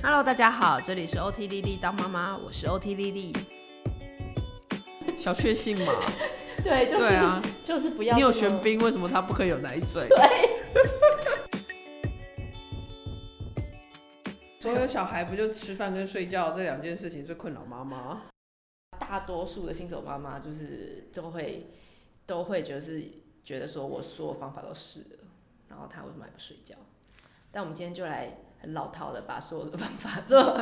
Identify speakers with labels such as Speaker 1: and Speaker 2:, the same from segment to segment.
Speaker 1: Hello，大家好，这里是 OT 丽丽当妈妈，我是 OT 丽丽。小确幸嘛，
Speaker 2: 对， 就是、
Speaker 1: 对啊，
Speaker 2: 就是不要。
Speaker 1: 你有玄？彬，为什么他不可以有奶嘴？
Speaker 2: 对，
Speaker 1: 所有小孩不就吃饭跟睡觉这两件事情最困扰妈妈？
Speaker 2: 大多数的新手妈妈就是都会都会就是觉得说我所有方法都试了，然后她为什么还不睡觉？但我们今天就来很老套的把所有的方法 做，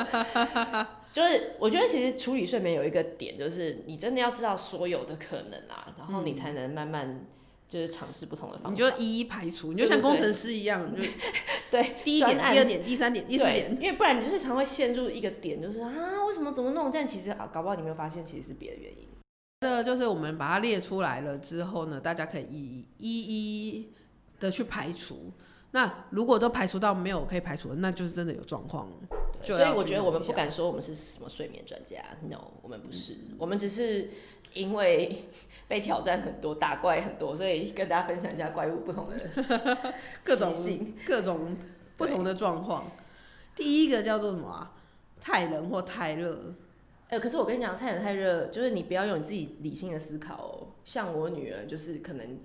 Speaker 2: 就是我觉得其实处理睡眠有一个点，就是你真的要知道所有的可能啦，然后你才能慢慢就是尝试不同的方法。
Speaker 1: 嗯你就一一排除，你就像工程师一样， 你就
Speaker 2: 对
Speaker 1: 第一点、
Speaker 2: 专案
Speaker 1: 第二点、第三点、第四
Speaker 2: 对
Speaker 1: 点，，
Speaker 2: 因为不然你就是常会陷入一个点，就是啊，为什么怎么弄？但其实啊，搞不好你没有发现，其实是别的原因。
Speaker 1: 这就是我们把它列出来了之后呢，大家可以一一一的去排除。那如果都排除到没有可以排除的，那就是真的有状况了。
Speaker 2: 对
Speaker 1: 就
Speaker 2: 所以
Speaker 1: 要
Speaker 2: 我
Speaker 1: 去
Speaker 2: 觉得
Speaker 1: 弄
Speaker 2: 我们
Speaker 1: 一
Speaker 2: 不
Speaker 1: 下
Speaker 2: 敢说我们是什么睡眠专家，no，我们不是，我们只是因为被挑战很多，打怪很多，所以跟大家分享一下怪物不同的
Speaker 1: 各种
Speaker 2: 习性
Speaker 1: 各种不同的状况。第一个叫做什么啊？太冷或太热，
Speaker 2: 哎、可是我跟你讲，太冷太热，就是你不要用你自己理性的思考哦。像我女儿，就是可能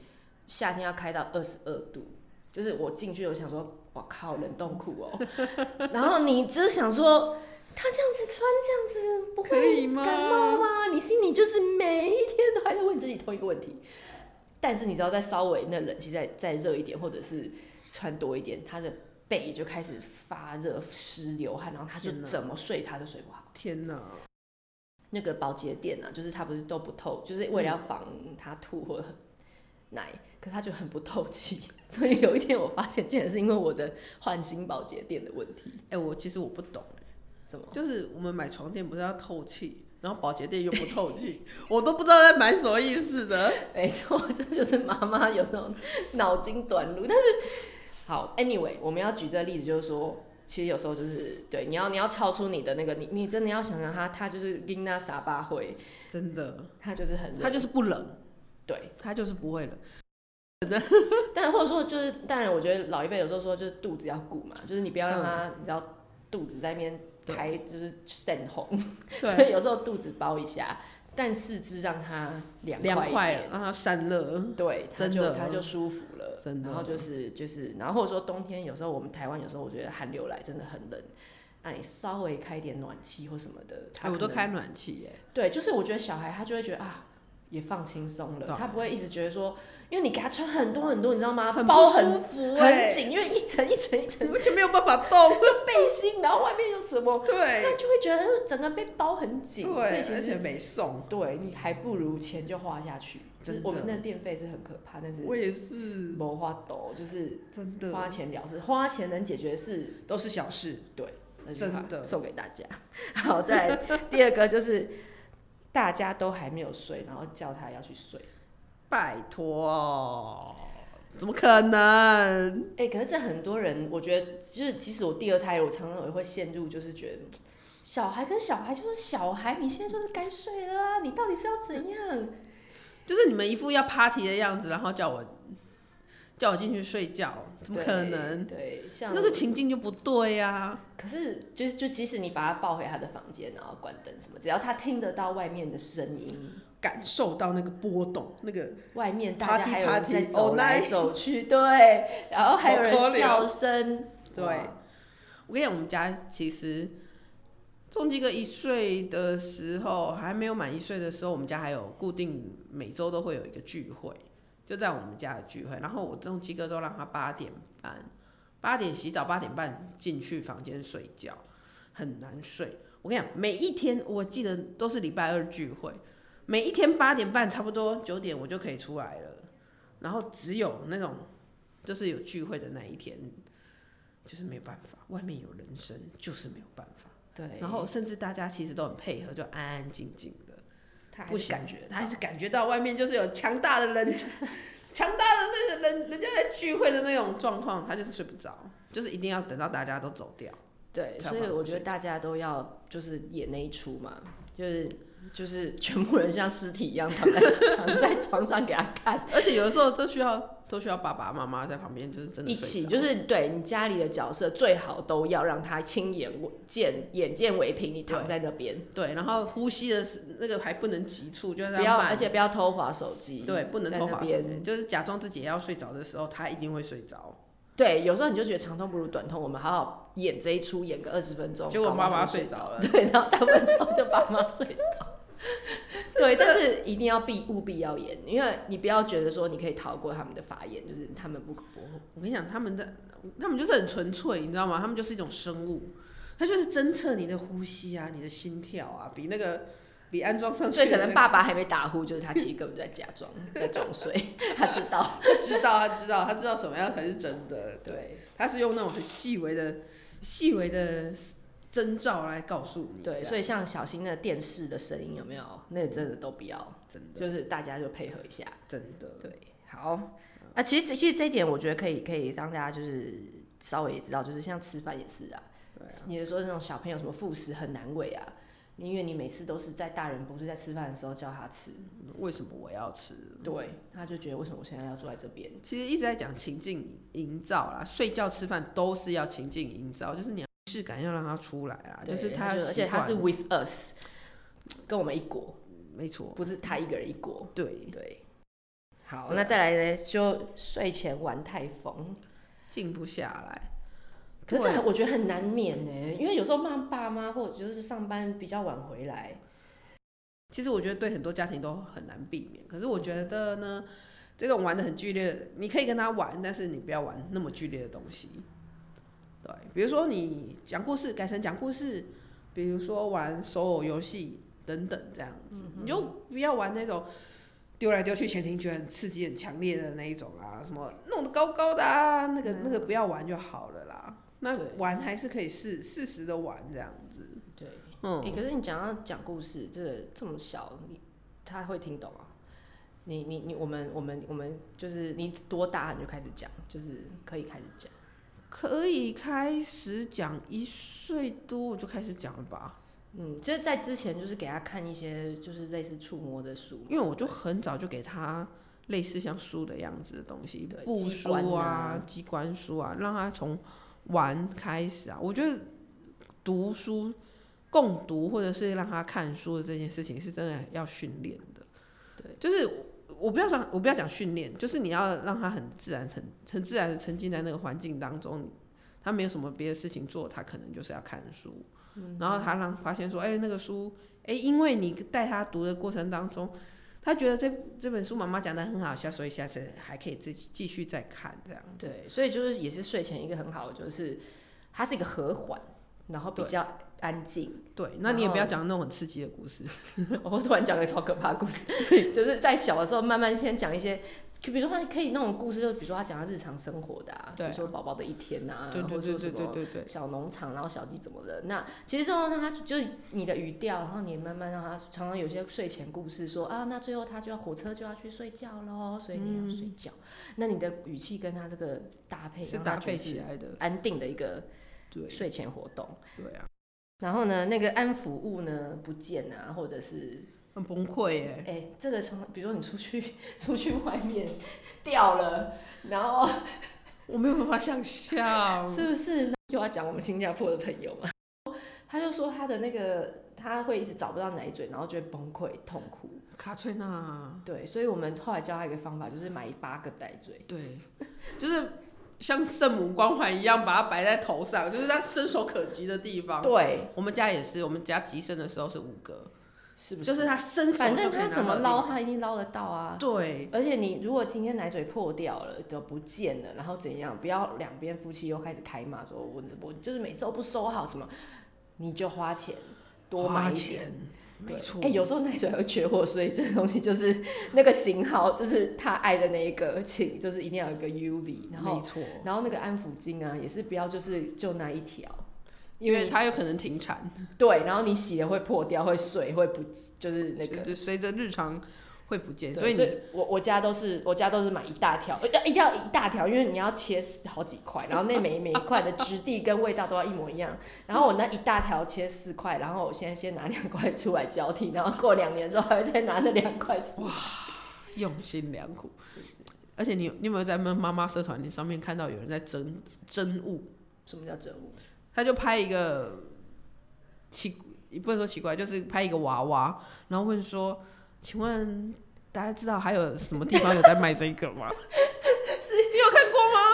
Speaker 2: 夏天要开到二十二度，就是我进去我想说，哇靠，冷冻库哦。 然后你只是想说，她这样子穿这样子不
Speaker 1: 可
Speaker 2: 会
Speaker 1: 以吗？
Speaker 2: 感冒吗？你心里就是每一天都还在问自己同一个问题。但是你知道，在稍微那冷气再再热一点，或者是穿多一点，她的背就开始发热、湿流汗，然后她就
Speaker 1: 天哪
Speaker 2: 怎么睡她都睡不好。
Speaker 1: 天哪！
Speaker 2: 那个保洁店啊，就是它不是都不透，就是为了要防它吐或者奶，可它就很不透气。 所以有一天我发现，竟然是因为我的换新保洁店的问题。
Speaker 1: 哎、我其实我不懂，哦
Speaker 2: 怎么？
Speaker 1: 就是我们买床垫不是要透气，然后保洁店又不透 气，我都不知道在买什么意思的。
Speaker 2: 没错，这就是妈妈有时候脑筋短路。但是好，anyway，我们要举这个例子，就是说，其实有时候就是对，你要你要超出你的那个，你你真的要想想他，他就是琳娜傻巴会，
Speaker 1: 真的，
Speaker 2: 他就是很
Speaker 1: 它
Speaker 2: 冷，
Speaker 1: 就是不冷，
Speaker 2: 对，
Speaker 1: 它就是不会冷。
Speaker 2: 但或者说就是，当然我觉得老一辈有时候说就是肚子要鼓嘛，就是你不要让
Speaker 1: 嗯
Speaker 2: 他，你知道肚子在那边开就是渗红， 所
Speaker 1: 对，
Speaker 2: 以有时候肚子包一下，但四肢让它凉
Speaker 1: 凉
Speaker 2: 快
Speaker 1: 快
Speaker 2: 一
Speaker 1: 了，
Speaker 2: 点，
Speaker 1: 让它散热。
Speaker 2: 对，它
Speaker 1: 真
Speaker 2: 就
Speaker 1: 的
Speaker 2: 它就舒服了，
Speaker 1: 真的
Speaker 2: 然后就是就是，然后或者说冬天有时候我们台湾有时候我觉得寒流来真的很冷，那你稍微开一点暖气或什么的，
Speaker 1: 哎、
Speaker 2: 它
Speaker 1: 我都
Speaker 2: 可能
Speaker 1: 开暖气耶、
Speaker 2: 对，就是我觉得小孩他就会觉得啊，也放轻松了，
Speaker 1: 对啊
Speaker 2: 他不会一直觉得说，因为你给他穿很多很多，你知道吗？
Speaker 1: 很
Speaker 2: 啊包
Speaker 1: 不
Speaker 2: 很
Speaker 1: 舒服哎、
Speaker 2: 很紧，因为一层一层一层
Speaker 1: 你 完全没有办法动。
Speaker 2: 背心，然后外面有什么，
Speaker 1: 对
Speaker 2: 他就会觉得整个被包很紧，所以
Speaker 1: 对，
Speaker 2: 其
Speaker 1: 而且
Speaker 2: 实
Speaker 1: 没送，
Speaker 2: 对你还不如钱就花下去。就是
Speaker 1: 真的
Speaker 2: 我们那电费是很可怕，但是
Speaker 1: 我也是，
Speaker 2: 谋花斗就是
Speaker 1: 真的
Speaker 2: 花钱了事，花钱能解决的事，
Speaker 1: 都是小事。
Speaker 2: 那句话
Speaker 1: 真的
Speaker 2: 送给大家。 好，再来第二个就是大家都还没有睡，然后叫他要去睡。
Speaker 1: 拜托，怎么可能？
Speaker 2: 哎、可是这很多人，我觉得就是，即使我第二胎，我常常也会陷入，就是觉得嗯小孩跟小孩就是小孩，你现在就是该睡了啊，你到底是要怎样？
Speaker 1: 就是你们一副要 party 的样子，然后叫我叫我进去睡觉， 怎么可
Speaker 2: 对
Speaker 1: 能？
Speaker 2: 对，像
Speaker 1: 那个情境就不对啊呀、
Speaker 2: 可是就是就即使你把他抱回他的房间，然后关灯什么，只要他听得到外面的声音，
Speaker 1: 感受到那个波动，那个
Speaker 2: 外面大家
Speaker 1: Party,
Speaker 2: 还有人在
Speaker 1: party,
Speaker 2: 走
Speaker 1: all
Speaker 2: 来
Speaker 1: night
Speaker 2: 走去，对，然后还有
Speaker 1: 哦好可
Speaker 2: 人
Speaker 1: 怜哦
Speaker 2: 笑声，
Speaker 1: 对
Speaker 2: 哇
Speaker 1: 我跟你讲，我们家其实仲基哥一岁的时候，还没有满一岁的时候，我们家还有固定每周都会有一个聚会，就在我们家的聚会。然后我仲基哥都让他八点半，八点洗澡，八点半进去房间睡觉，很难睡。我跟你讲，每一天我记得都是礼拜二聚会，每一天八点半差不多九点我就可以出来了，然后只有那种就是有聚会的那一天，就是没有办法，外面有人声，就是没有办法。
Speaker 2: 对，
Speaker 1: 然后甚至大家其实都很配合，就安安静静的，
Speaker 2: 他还
Speaker 1: 不
Speaker 2: 是
Speaker 1: 想
Speaker 2: 感觉到
Speaker 1: 他还是感觉到外面就是有强大的 人，强大的那个人人家在聚会的那种状况，他就是睡不着，就是一定要等到大家都走掉。
Speaker 2: 对，
Speaker 1: 才
Speaker 2: 所以
Speaker 1: 有办法
Speaker 2: 我觉得大家都要就是演那一出嘛，就是 就是全部人像尸体一样躺在躺在床上给他看，
Speaker 1: 而且有的时候都需要都需要爸爸妈妈在旁边，就是真的
Speaker 2: 一
Speaker 1: 睡
Speaker 2: 起
Speaker 1: 着
Speaker 2: 就是对你家里的角色最好都要让他亲眼见眼见为凭，你躺
Speaker 1: 对
Speaker 2: 在那边，
Speaker 1: 对，然后呼吸的是那个还不能急促，就是
Speaker 2: 不要
Speaker 1: 慢
Speaker 2: 而且不要偷滑手机，
Speaker 1: 对，不能
Speaker 2: 在
Speaker 1: 偷
Speaker 2: 那
Speaker 1: 滑手
Speaker 2: 边
Speaker 1: 机，就是假装自己也要睡着的时候，他一定会睡着。
Speaker 2: 对，有时候你就觉得长痛不如短痛，我们好好演这一出，演个二十分钟，
Speaker 1: 结果
Speaker 2: 搞不好
Speaker 1: 妈妈
Speaker 2: 就睡
Speaker 1: 睡着了
Speaker 2: 对，然后大部分时候就爸妈睡着。对，但是一定要必务必要演，因为你不要觉得说你可以逃过他们的法眼，就是他们不不
Speaker 1: 我跟你讲，他们的他们就是很纯粹，你知道吗？他们就是一种生物，他就是侦测你的呼吸啊，你的心跳啊，比那个比安装上去
Speaker 2: 所以可
Speaker 1: 的
Speaker 2: 能爸爸还没打呼，就是他其实根本就在假装，在装睡，他知道。
Speaker 1: 那个知道他知道他知道什么样才是真的，对，
Speaker 2: 对
Speaker 1: 他是用那种很细微的细微的征兆来告诉你，啊
Speaker 2: 对，所
Speaker 1: 以
Speaker 2: 以像小新的电视的声音有没有？那真的都不要，
Speaker 1: 真的
Speaker 2: 就是大家就配合一下。
Speaker 1: 真的
Speaker 2: 对，好，啊，其实其实这一点我觉得可以可以让大家就是稍微也知道，就是像吃饭也是啊，
Speaker 1: 对啊，
Speaker 2: 你是说那种小朋友什么副食很难喂啊？因为你每次都是在大人不是在吃饭的时候叫他吃，
Speaker 1: 为什么我要吃？
Speaker 2: 对，他就觉得为什么我现在要坐在这边？
Speaker 1: 其实一直在讲情境营造啦，睡觉、吃饭都是要情境营造，就是你要仪式感要让它出来啦，
Speaker 2: 对
Speaker 1: 啊就是
Speaker 2: 他
Speaker 1: 要
Speaker 2: 就，而且
Speaker 1: 习惯
Speaker 2: 他是 with us，跟我们一国，
Speaker 1: 没错，
Speaker 2: 不是他一个人一国。
Speaker 1: 对，
Speaker 2: 对，好，
Speaker 1: 对
Speaker 2: 那
Speaker 1: 啊
Speaker 2: 再来呢，就睡前玩太疯，
Speaker 1: 静不下来。
Speaker 2: 可是
Speaker 1: 对
Speaker 2: 我觉得很难免呢、因为有时候妈爸妈或者就是上班比较晚回来，
Speaker 1: 其实我觉得对很多家庭都很难避免，可是我觉得呢，这种玩的很剧烈，你可以跟他玩，但是你不要玩那么剧烈的东西。对，比如说你讲故事改成讲故事，比如说玩手偶游戏等等这样子，你就不要玩那种丢来丢去前庭觉得很刺激、很强烈的那一种啊，什么弄得高高的啊，那个那个不要玩就好了啦。那
Speaker 2: 对
Speaker 1: 玩还是可以适适时的玩这样子，
Speaker 2: 对，
Speaker 1: 嗯，
Speaker 2: 欸可是你讲到讲故事，这个这么小，你他会听懂啊？你你你，我们我们我们就是你多大你就开始讲，就是可以开始讲。
Speaker 1: 可以开始讲一岁多我就开始讲了吧，
Speaker 2: 嗯，就是在之前就是给他看一些就是类似触摸的书，
Speaker 1: 因为我就很早就给他类似像书的样子的东西
Speaker 2: 对，
Speaker 1: 布
Speaker 2: 机
Speaker 1: 书
Speaker 2: 关
Speaker 1: 啊
Speaker 2: 啊、
Speaker 1: 机关书啊，让他从玩开始啊。我觉得读书、共读或者是让他看书的这件事情是真的要训练的。
Speaker 2: 对，
Speaker 1: 就是我不要讲，我不要讲训练，就是你要让他很自然、很很自然的沉浸在那个环境当中，他没有什么别的事情做，他可能就是要看书，
Speaker 2: 嗯
Speaker 1: 然后他让发现说，哎、那个书，哎、因为你带他读的过程当中，他觉得这这本书妈妈讲的很好笑，所以下次还可以继继续再看这样。
Speaker 2: 对，所以就是也是睡前一个很好的，就是它是一个和缓，然后比
Speaker 1: 对
Speaker 2: 较安静。
Speaker 1: 对，那你也不要讲那种很刺激的故事，
Speaker 2: 我突然讲个超可怕的故 事，就是在小的时候慢慢先讲一些，就比如说他可以那种故事，就比如说他讲他日常生活的啊，比
Speaker 1: 对啊
Speaker 2: 如说宝宝的一天啊，
Speaker 1: 对对
Speaker 2: 或者
Speaker 1: 对
Speaker 2: 说
Speaker 1: 对
Speaker 2: 什
Speaker 1: 对
Speaker 2: 么
Speaker 1: 对对，
Speaker 2: 小农场，然后小鸡怎么了？那其实这种让他就是你的语调，然后你慢慢让他常常有些睡前故事说啊，那最后他就要火车就要去睡觉喽，所以你要睡觉。那你的语气跟他这个搭配，
Speaker 1: 嗯是
Speaker 2: 哎让他
Speaker 1: 搭
Speaker 2: 觉得
Speaker 1: 配起
Speaker 2: 是
Speaker 1: 来的，
Speaker 2: 安定的一个
Speaker 1: 对
Speaker 2: 睡前活动。
Speaker 1: 对啊，
Speaker 2: 然后呢，那个安抚物呢不见啊，或者是
Speaker 1: 很崩溃耶。
Speaker 2: 哎、这个从比如说你出去 出去外面掉了，然后
Speaker 1: 嗯我没有办法想象，
Speaker 2: 是不是又要讲我们新加坡的朋友嘛？ 他就说他的那个他会一直找不到奶嘴，然后就会崩溃痛哭。
Speaker 1: 卡翠娜，
Speaker 2: 对，所以我们后来教他一个方法，就是买八个奶嘴。
Speaker 1: 对，就是像圣母光环一样，把它摆在头上，就是它伸手可及的地方。
Speaker 2: 对，
Speaker 1: 我们家也是，我们家极盛的时候是五个，
Speaker 2: 是不是？
Speaker 1: 就是它伸手
Speaker 2: 反
Speaker 1: 就
Speaker 2: 正
Speaker 1: 可以
Speaker 2: 他
Speaker 1: 拿
Speaker 2: 怎么
Speaker 1: 到的
Speaker 2: 捞，他一定捞得到啊
Speaker 1: 地方。。对，
Speaker 2: 而且你如果今天奶嘴破掉了，都不见了，然后怎样？不要两边夫妻又开始开骂，说我我就是每次都不收好什么，你就花钱多买
Speaker 1: 花
Speaker 2: 一点。
Speaker 1: 钱，没错。
Speaker 2: 哎、有时候奶嘴还会缺货，所以这个东西就是那个型号，就是他爱的那一个，请就是一定要有一个 UV，然
Speaker 1: 没
Speaker 2: 后
Speaker 1: 错，
Speaker 2: 然后那个安抚巾啊，也是不要就是就那一条，
Speaker 1: 因为
Speaker 2: 你
Speaker 1: 它有
Speaker 2: 洗
Speaker 1: 可能停产，
Speaker 2: 对，然后你洗了会破掉，会碎，会不就是那个
Speaker 1: 就就随着日常会不见，
Speaker 2: 对
Speaker 1: 所以你
Speaker 2: 我我家都是我家都是买一大条，呃一定要一大条，因为你要切四好几块，然后那每每一块的质地跟味道都要一模一样。然后我那一大条切四块，然后我现在先拿两块出来交替，然后过两年之后还会再拿那两块出来。
Speaker 1: 用心良苦。
Speaker 2: 是不是
Speaker 1: 而且你你有没有在妈妈妈社团里上面看到有人在蒸蒸物？
Speaker 2: 什么叫折物？
Speaker 1: 他就拍一个奇，也不能说奇怪，就是拍一个娃娃，然后问说：“请问大家知道还有什么地方有在卖这个 吗？”你有看过吗？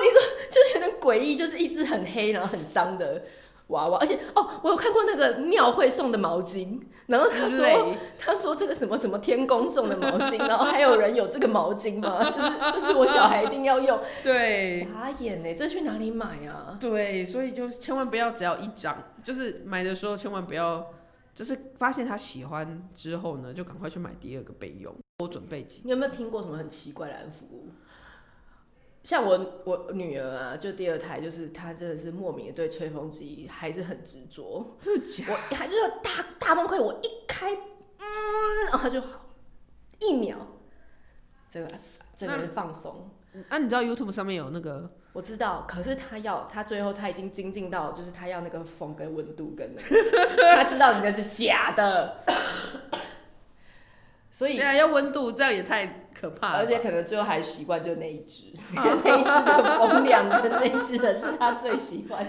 Speaker 2: 就是有点诡异，就是一只很黑然后很脏的娃娃，而且哦，我有看过那个庙会送的毛巾，然后他
Speaker 1: 之
Speaker 2: 说
Speaker 1: 类，
Speaker 2: 他说这个什么什么天公送的毛巾，然后还有人有这个毛巾吗？就是这是我小孩一定要用，
Speaker 1: 对
Speaker 2: 傻眼欸呢，这去哪里买啊？
Speaker 1: 对，所以就千万不要只要一张，就是买的时候千万不要，就是发现他喜欢之后呢，就赶快去买第二个备用，多准备几。
Speaker 2: 你有没有听过什么很奇怪的安服务？像我我女儿啊，就第二胎，就是她真的是莫名的对吹风机还是很执着，
Speaker 1: 真的假的？
Speaker 2: 我还就是大大崩溃，我一开，嗯，然后就一秒，这个整个人放松。
Speaker 1: 啊，你知道 YouTube 上面有那个
Speaker 2: 我知道，可是他要他最后他已经精进到，就是他要那个风跟温度跟那个，他知道你那是假的， 所以
Speaker 1: 对啊，要温度，这样也太可怕了吧。
Speaker 2: 而且可能最后还习惯就那一只， 那一只的风量跟那一只的是他最喜欢。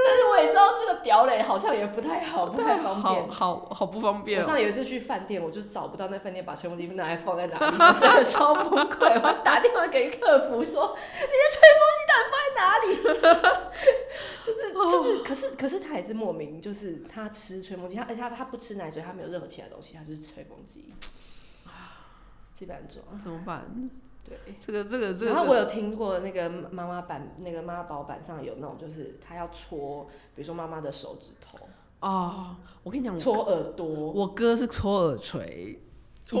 Speaker 2: 但是我也知道这个屌嘞好像也不太好，不太方便
Speaker 1: 好。好好不方便
Speaker 2: 我
Speaker 1: 哦、
Speaker 2: 上次有一次去饭店，我就找不到那饭店把吹风机拿来放在哪里，我真的超崩溃。我打电话给客服说：“你的吹风机到 底
Speaker 1: 哦
Speaker 2: 放在哪里？” 就是就是，可是可是他也是莫名，就是他吃吹风机，他而且他他不吃奶嘴，他没有任何其他东西，他就是吹风机，基本上抓
Speaker 1: 怎么办？
Speaker 2: 对。
Speaker 1: 这个这个这
Speaker 2: 然后
Speaker 1: 个
Speaker 2: 我有听过那个妈妈版，那个妈妈宝版上有那种，就是他要搓，比如说妈妈的手指头，
Speaker 1: 哦，我跟你讲，我
Speaker 2: 搓耳 朵，
Speaker 1: 我哥是搓耳垂，
Speaker 2: 你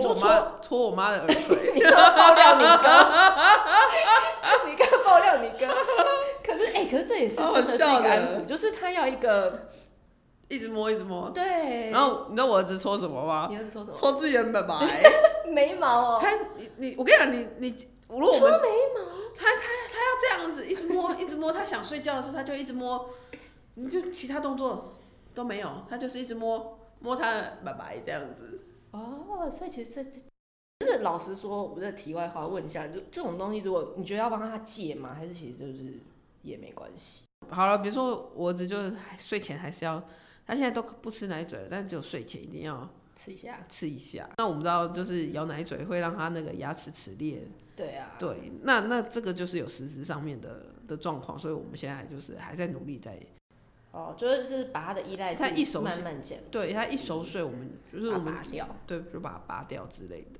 Speaker 1: 搓
Speaker 2: 说
Speaker 1: 我妈搓我妈的耳垂，
Speaker 2: 你刚爆料你 哥，你刚爆料你哥。可是哎、可是这也是真的是一个
Speaker 1: 好笑的
Speaker 2: 安抚，就是他要一个
Speaker 1: 一直摸一直摸。
Speaker 2: 对。
Speaker 1: 然后你知道我儿子搓什么吗？
Speaker 2: 你儿子说什么？
Speaker 1: 搓自己的本白。
Speaker 2: 眉毛哦，
Speaker 1: 他你你我跟你讲，你你如果我们
Speaker 2: 眉
Speaker 1: 他他他要这样子一直 摸一直摸，他想睡觉的时候他就一直摸，你就其他动作都没有，他就是一直摸摸他的本白这样子。
Speaker 2: 毛哦，所以其实这这。就是老实说，我这题外话问一下，就这种东西，如果你觉得要帮他戒吗？还是其实就是也没关系？
Speaker 1: 好了，比如说我儿子就是睡前还是要，他现在都不吃奶嘴了，但只有睡前一定要
Speaker 2: 吃一下，
Speaker 1: 吃一下。那我们知道，就是咬奶嘴会让他那个牙齿齿裂，
Speaker 2: 对啊，
Speaker 1: 对，那那这个就是有实质上面的的状况，所以我们现在就是还在努力在，
Speaker 2: 哦，就是就是把他的依赖度
Speaker 1: 他一手
Speaker 2: 慢慢减，
Speaker 1: 对他一熟睡，我们就是
Speaker 2: 把
Speaker 1: 我
Speaker 2: 它
Speaker 1: 们
Speaker 2: 拔掉，
Speaker 1: 对就把它拔掉之类的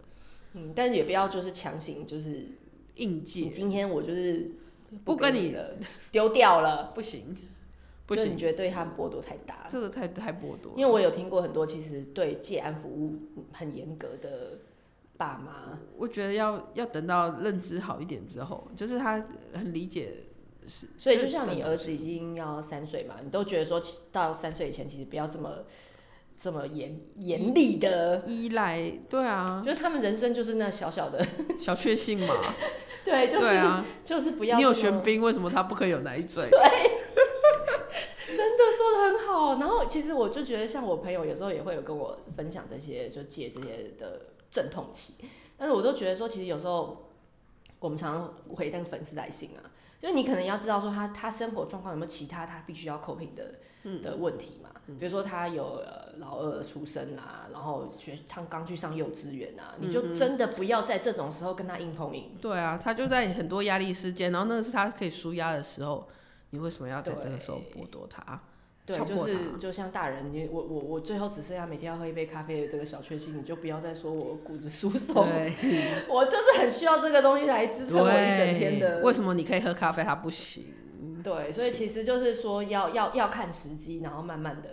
Speaker 2: 嗯，但是也不要就是强行就是
Speaker 1: 应
Speaker 2: 你
Speaker 1: 戒
Speaker 2: 今天我就是
Speaker 1: 不跟
Speaker 2: 给
Speaker 1: 你
Speaker 2: 了，丢掉了，
Speaker 1: 不行，不
Speaker 2: 就
Speaker 1: 行，
Speaker 2: 你觉得对他们剥夺太大了。
Speaker 1: 这个太太剥夺了。
Speaker 2: 因为我有听过很多其实对戒安服务很严格的爸妈，
Speaker 1: 我觉得要要等到认知好一点之后，就是他很理解是，
Speaker 2: 所以就像你
Speaker 1: 这
Speaker 2: 儿子已经要三岁嘛，你都觉得说其到三岁以前其实不要这么这么严严厉的，
Speaker 1: 依赖，对啊，
Speaker 2: 就是他们人生就是那小小的，
Speaker 1: 小确幸嘛，
Speaker 2: 对， 就是、
Speaker 1: 对啊，
Speaker 2: 就是不要
Speaker 1: 你有
Speaker 2: 这么
Speaker 1: 玄彬，为什么他不可以有奶嘴？
Speaker 2: 真的说的很好。然后其实我就觉得，像我朋友有时候也会有跟我分享这些，就戒这些的阵痛期。但是我都觉得说，其实有时候我们常常回那个粉丝来信啊，就是你可能要知道说他他生活状况有没有其他他必须要 coping 的的问题嘛，比如说他有呃老二出生啊，然后学他刚去上幼稚园啊，你就真的不要在这种时候跟他硬碰硬。
Speaker 1: 对啊，他就在很多压力事件，然后那个是他可以舒压的时候，你为什么要在这个时候剥夺他？
Speaker 2: 对，
Speaker 1: 强
Speaker 2: 就
Speaker 1: 迫
Speaker 2: 是
Speaker 1: 他
Speaker 2: 就像大人，你我我我最后只剩下每天要喝一杯咖啡的这个小确幸，你就不要再说我骨质疏松，
Speaker 1: 对，
Speaker 2: 我就是很需要这个东西来支撑我一整天的嗯
Speaker 1: 对。为什么你可以喝咖啡，他不行？
Speaker 2: 对，所以其实就是说要要要看时机，然后慢慢的、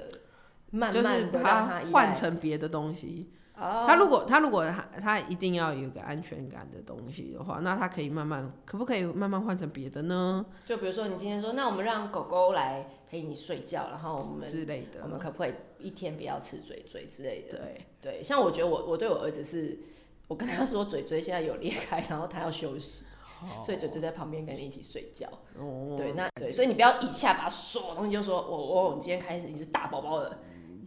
Speaker 2: 慢
Speaker 1: 就
Speaker 2: 慢
Speaker 1: 是
Speaker 2: 的让
Speaker 1: 他
Speaker 2: 依
Speaker 1: 换
Speaker 2: 赖。
Speaker 1: 成别的东西。
Speaker 2: 哦，
Speaker 1: 他如果他如果他他一定要有一个安全感的东西的话，那他可以慢慢，可不可以慢慢换成别的呢？
Speaker 2: 就比如说你今天说，那我们让狗狗来陪你睡觉，然后我们
Speaker 1: 之类
Speaker 2: 我们
Speaker 1: 的。
Speaker 2: 可不可以一天不要吃嘴嘴之类的？
Speaker 1: 对，
Speaker 2: 对，像我觉得我我对我儿子是，我跟他说嘴嘴现在有裂开，然后他要休息，所以嘴嘴在旁边跟你一起睡觉。
Speaker 1: 哦，
Speaker 2: 对，那对，所以你不要一下把所有东西就说我我你今天开始你是大宝宝了，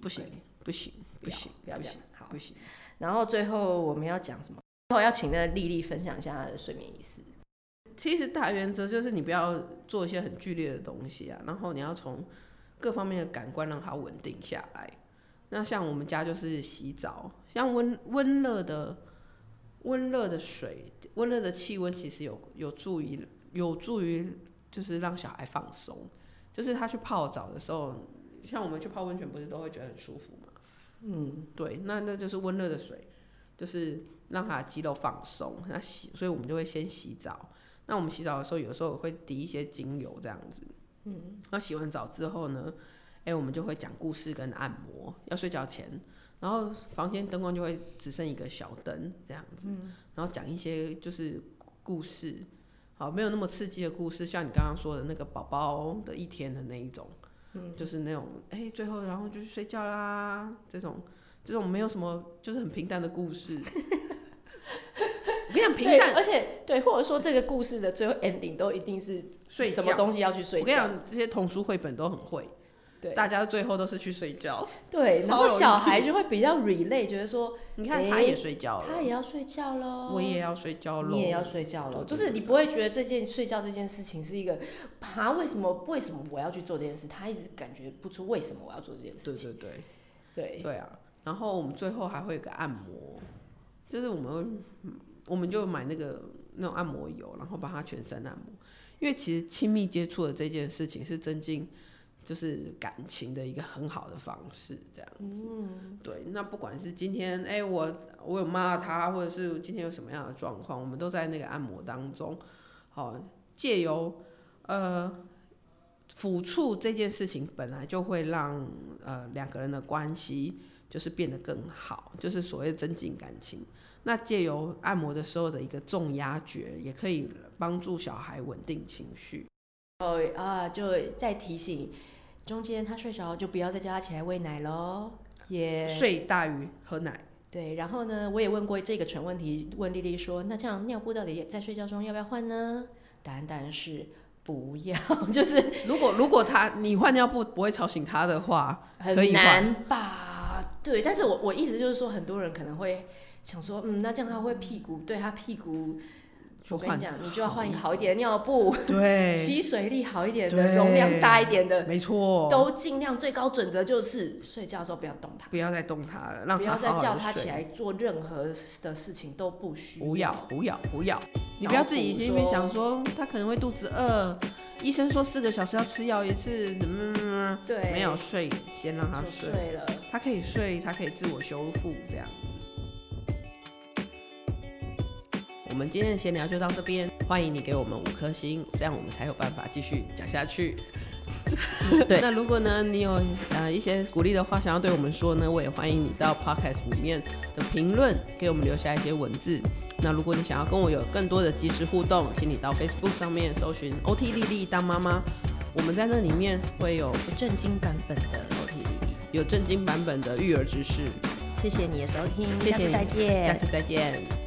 Speaker 1: 不行，不行，
Speaker 2: 不
Speaker 1: 不
Speaker 2: 要
Speaker 1: 行，
Speaker 2: 不要
Speaker 1: 不
Speaker 2: 这样
Speaker 1: 行，。
Speaker 2: 好，
Speaker 1: 不行。
Speaker 2: 然后最后我们要讲什么？最后要请那个丽丽分享一下她的睡眠仪式。
Speaker 1: 其实大原则就是你不要做一些很剧烈的东西啊，然后你要从各方面的感官让它稳定下来。那像我们家就是洗澡，像温温热的温热的水、温热的气温，其实有有助于有助于就是让小孩放松。就是他去泡澡的时候，像我们去泡温泉，不是都会觉得很舒服吗？嗯，对，那那就是温热的水，就是让他的肌肉放松。那洗，所以我们就会先洗澡。那我们洗澡的时候，有时候会滴一些精油这样子。嗯，那洗完澡之后呢，哎、我们就会讲故事跟按摩。要睡觉前，然后房间灯光就会只剩一个小灯这样子，然后讲一些就是故事。好，没有那么刺激的故事，像你刚刚说的那个宝宝的一天的那一种，嗯，就是那种哎、最后然后就去睡觉啦，这种这种没有什么，就是很平淡的故事。 我跟你讲，平
Speaker 2: 对，
Speaker 1: 淡
Speaker 2: 而且对，或者说这个故事的最后 ending 都一定是
Speaker 1: 睡
Speaker 2: 什
Speaker 1: 觉
Speaker 2: 么。东西要去
Speaker 1: 我
Speaker 2: 睡
Speaker 1: 跟你
Speaker 2: 觉，
Speaker 1: 讲，这些童书绘本都很会，
Speaker 2: 对
Speaker 1: 大家最后都是去睡觉。
Speaker 2: 对，然
Speaker 1: 超
Speaker 2: 后
Speaker 1: 容易
Speaker 2: 小孩就会比较 relay，觉得说
Speaker 1: 你看，
Speaker 2: 诶
Speaker 1: 他也睡觉
Speaker 2: 他
Speaker 1: 了，
Speaker 2: 也要睡觉喽，
Speaker 1: 我也要睡觉喽，
Speaker 2: 你也要睡觉
Speaker 1: 对
Speaker 2: 了，
Speaker 1: 对
Speaker 2: 就是你不会觉得这件睡觉这件事情是一个，他为什么为什么我要去做这件事？他一直感觉不出为什么我要做这件事
Speaker 1: 对
Speaker 2: 情。
Speaker 1: 对对。
Speaker 2: 对，
Speaker 1: 对啊，然后我们最后还会有个按摩，就是我们会嗯我们就买那个那种按摩油，然后帮他全身按摩，因为其实亲密接触的这件事情是增进就是感情的一个很好的方式，这样子。嗯，对。那不管是今天哎、我我有骂他，或者是今天有什么样的状况，我们都在那个按摩当中，好、借由呃抚触这件事情本来就会让呃两个人的关系就是变得更好，就是所谓增进感情。那借由按摩的时候的一个重压觉，也可以帮助小孩稳定情绪。
Speaker 2: 哦啊，就再提醒，中间他睡着就不要再叫他起来喂奶喽。也、
Speaker 1: 睡大于喝奶，
Speaker 2: 对，然后呢，我也问过这个蠢问题，问丽丽说，那这样尿布到底在睡觉中要不要换呢？答案当然是不要， 就是
Speaker 1: 如果如果他你换尿布不会吵醒他的话，可
Speaker 2: 很
Speaker 1: 以换
Speaker 2: 难吧？对，但是我我意思就是说，很多人可能会想说，嗯，那这样他会屁股，对他屁股
Speaker 1: 就
Speaker 2: 我跟
Speaker 1: 换
Speaker 2: 你讲，你就要换一个好一点的尿布，
Speaker 1: 对，
Speaker 2: 吸水力好一点的，
Speaker 1: 对哦
Speaker 2: 容量大一点的，
Speaker 1: 没错，
Speaker 2: 都尽量最高准则就是睡觉的时候不要动它，
Speaker 1: 不要再动他了，让
Speaker 2: 不
Speaker 1: 他
Speaker 2: 要
Speaker 1: 好
Speaker 2: 再
Speaker 1: 好
Speaker 2: 叫
Speaker 1: 地
Speaker 2: 它
Speaker 1: 睡
Speaker 2: 起来做任何的事情都不需
Speaker 1: 不要不要不要，你不
Speaker 2: 然
Speaker 1: 要
Speaker 2: 后
Speaker 1: 自己
Speaker 2: 补
Speaker 1: 心里面
Speaker 2: 说
Speaker 1: 想说他可能会肚子饿，医生说四个小时要吃药一次，嗯，
Speaker 2: 对，
Speaker 1: 没有睡，先让他
Speaker 2: 就
Speaker 1: 睡，
Speaker 2: 睡了。
Speaker 1: 他可以睡，他可以自我修复这样子。我们今天的闲聊就到这边，欢迎你给我们五颗星，这样我们才有办法继续讲下去。
Speaker 2: 对
Speaker 1: 那如果呢，你有呃一些鼓励的话想要对我们说呢，我也欢迎你到 Podcast 里面的评论给我们留下一些文字。那如果你想要跟我有更多的即时互动，请你到 Facebook 上面搜寻 OT 丽丽当妈妈，我们在那里面会有
Speaker 2: 不正经版本的肉体丽丽，
Speaker 1: 有正经版本的育儿知识。
Speaker 2: 谢谢你的收听，
Speaker 1: 谢谢
Speaker 2: 下次
Speaker 1: 你
Speaker 2: 再见，
Speaker 1: 下次再见。